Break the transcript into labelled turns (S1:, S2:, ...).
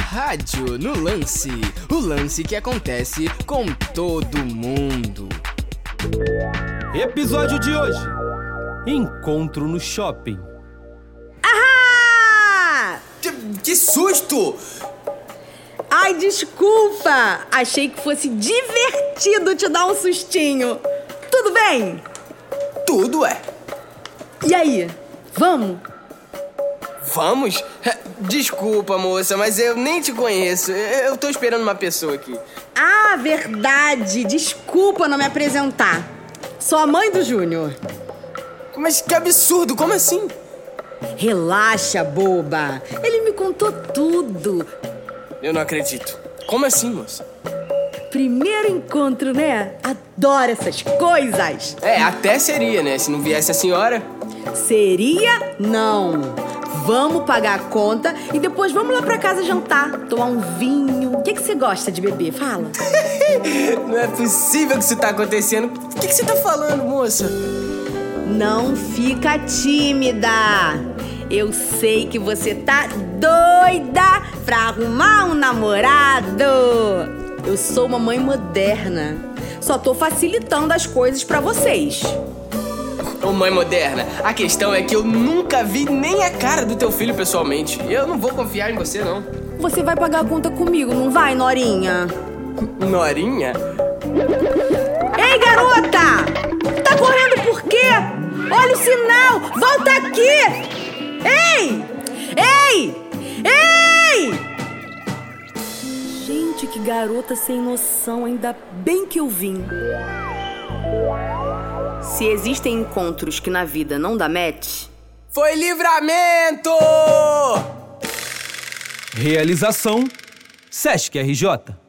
S1: Rádio no Lance. O lance que acontece com todo mundo.
S2: Episódio de hoje: Encontro no shopping.
S3: Ah!
S1: Que, que susto!
S3: Ai, desculpa! Achei que fosse divertido te dar um sustinho. Tudo bem?
S1: Tudo é.
S3: E aí? Vamos?
S1: Vamos? Desculpa, moça, mas eu nem te conheço. Eu tô esperando uma pessoa aqui.
S3: Ah, verdade! Desculpa não me apresentar. Sou a mãe do Júnior.
S1: Mas que absurdo, como assim?
S3: Relaxa, boba. Ele me contou tudo.
S1: Eu não acredito. Como assim, moça?
S3: Primeiro encontro, né? Adoro essas coisas.
S1: É, até seria, né? Se não viesse a senhora.
S3: Seria? Não. Vamos pagar a conta e depois vamos lá pra casa jantar, tomar um vinho. O que, que você gosta de beber? Fala.
S1: Não é possível que isso tá acontecendo. O que, que você tá falando, moça?
S3: Não fica tímida. Eu sei que você tá doida pra arrumar um namorado. Eu sou uma mãe moderna. Só tô facilitando as coisas pra vocês.
S1: Ô mãe moderna, a questão é que eu nunca vi nem a cara do teu filho pessoalmente. Eu não vou confiar em você, não.
S3: Você vai pagar a conta comigo, não vai, Norinha?
S1: Norinha?
S3: Ei, garota! Tá correndo por quê? Olha o sinal! Volta aqui! Ei! Ei! Ei! Gente, que garota sem noção, ainda bem que eu vim. Se existem encontros que na vida não dá match,
S1: Foi livramento!
S2: Realização: Sesc RJ.